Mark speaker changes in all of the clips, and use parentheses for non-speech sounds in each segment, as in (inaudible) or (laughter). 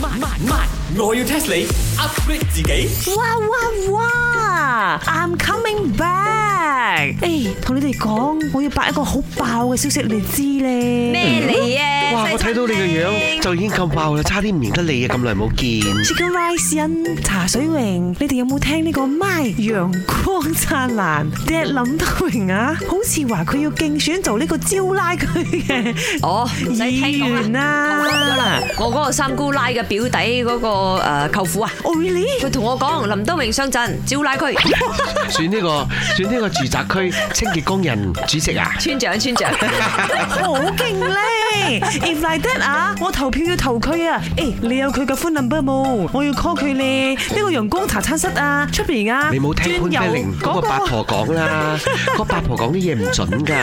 Speaker 1: 慢慢慢，我要 test 你 upgrade 自己。
Speaker 2: 哇哇哇！I'm coming back。誒，哎同你哋講，我要爆一個好爆嘅消息，你哋知咧。
Speaker 3: 咩嚟啊？
Speaker 4: 嗯哇！我睇到你個樣就已經夠爆啦，差啲唔認得你啊！咁耐冇見，
Speaker 2: Chicken Rice 因茶水榮，你哋有冇聽呢個 My 陽光燦爛 Dad 林德榮啊？好似話佢要競選做呢個招拉佢嘅
Speaker 3: 哦，唔使
Speaker 2: 議
Speaker 3: 聽講
Speaker 2: 員啊
Speaker 3: 啦。
Speaker 2: 啦。
Speaker 3: 咗啦，我嗰個三姑奶嘅表弟嗰個誒舅父啊，
Speaker 2: 哦，really？
Speaker 3: 佢同我講林德榮上陣，招拉佢 (laughs)
Speaker 4: 選呢個選呢個住宅區清潔工人主席啊！
Speaker 3: 村長村
Speaker 4: (laughs)
Speaker 3: 長。
Speaker 2: 好勁咧！If like that 啊，我投票要投佢啊！誒，你有佢嘅 phone number 冇？我要 call 佢咧。呢個陽光茶餐室啊，出邊啊，
Speaker 4: 你冇聽潘
Speaker 2: 轉
Speaker 4: 碧
Speaker 2: 右
Speaker 4: 玲嗰個八婆講啦，個八婆講啲嘢唔準㗎。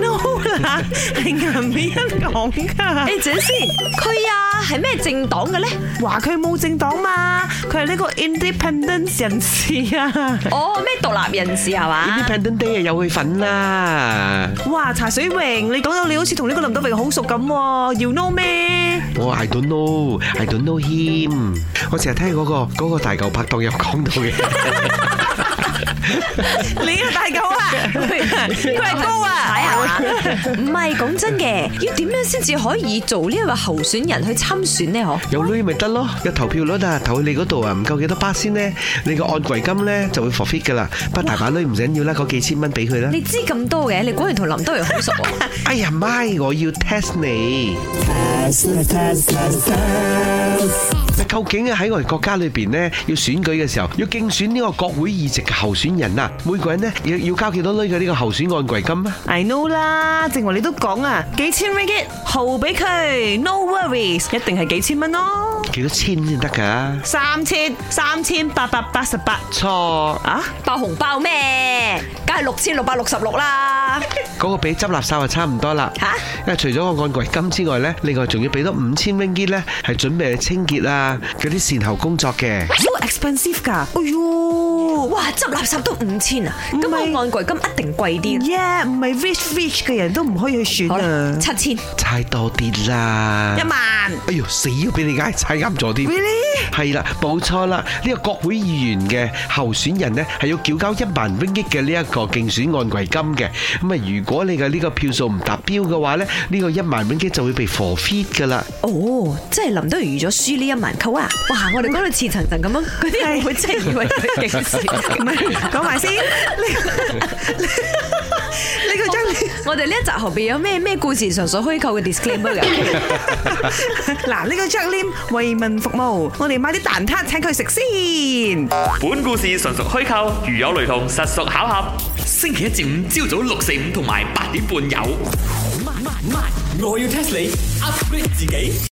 Speaker 2: no 啦，係顏美欣講㗎。
Speaker 3: 誒，陣先，佢啊係咩政黨嘅咧？
Speaker 2: 話佢冇政黨嘛，佢係呢個 independent 人士啊！
Speaker 3: 哦，咩獨立人士係
Speaker 4: (laughs)
Speaker 3: 嘛？
Speaker 4: Independent Day à, 啊，有佢份啦！
Speaker 2: 哇，茶水榮，你講到你好似同呢個林德榮好熟咁喎，you know 咩？
Speaker 4: 我 I don't know，I don't know him。我成日聽嗰個嗰個大舊拍檔有講到嘅，
Speaker 2: 你啊大狗啊，佢係高啊！
Speaker 3: 睇下唔係講真嘅，要點樣先至可以做呢一個候選人去參選呢？嗬？
Speaker 4: 有女咪得咯，有投票率啊，投去你嗰度啊，唔夠幾多巴先呢？你個按櫃金咧就會 forfeit 噶啦。不過大把女唔緊要啦，嗰幾千蚊俾佢啦。
Speaker 3: 你知咁多嘅，你果然同林德榮好熟喎。
Speaker 4: 哎呀咪，我要 test 你。究竟啊喺我哋國家裏邊咧，要選舉嘅時候，要競選呢個國會議席嘅候選人啊，每個人咧要要交幾多呢嘅呢個候選按櫃金啊？
Speaker 2: I know 啦，正話你都講啊，幾千 ringgit 豪俾佢，no worries，一定係幾千蚊咯，
Speaker 4: 幾多千先得㗎？
Speaker 2: 三千三千八百八十八
Speaker 4: 錯，
Speaker 2: 啊！
Speaker 3: 爆紅包咩？梗係六千六百六十六啦。
Speaker 4: 嗰個俾執垃圾就啊差唔多啦。
Speaker 3: 嚇
Speaker 4: 因為除咗個按櫃金之外咧，另外仲要俾多五千 ringgit 咧，係準備去清潔啊嗰啲善後工作嘅。
Speaker 2: 好 expensive 㗎，哎呦
Speaker 3: 哇！執垃圾都五千啊，
Speaker 2: 唔係
Speaker 3: 咁我按櫃金一定貴啲。
Speaker 2: ，yeah 唔係 rich rich 嘅人都唔可以去選
Speaker 3: 好啦
Speaker 2: 啊，，
Speaker 3: 七千。
Speaker 4: 猜多啲啦！
Speaker 2: 一萬。
Speaker 4: 哎呦死咗俾你嗌猜啱咗添。
Speaker 2: Really？
Speaker 4: 係啦，冇錯啦。呢個國會議員嘅候選人呢，係要繳交一萬 ringgit 嘅呢一個競選按櫃金嘅。咁啊，如果你嘅呢個票數唔達標嘅話呢，呢個一萬 ringgit 就會被 forfeit 噶啦。
Speaker 3: 哦，即係林德如預咗輸呢一萬扣啊！哇，我哋講到似層層咁 (laughs) 樣，嗰啲人會真係以為佢勁事。
Speaker 2: 唔係，講埋
Speaker 3: (laughs)
Speaker 2: 先。你 (laughs) 你個張
Speaker 3: 我哋呢一集後邊有咩咩故事純粹虛構嘅 disclaimer 嘅， (laughs)
Speaker 2: 嗱，呢個 Jack Lim 為民服務，我哋買啲蛋撻請佢食先。
Speaker 1: 本故事純屬虛構，如有雷同，實屬巧合。星期一至五朝早六四五同埋八點半有。我要 test 你 upgrade 自己。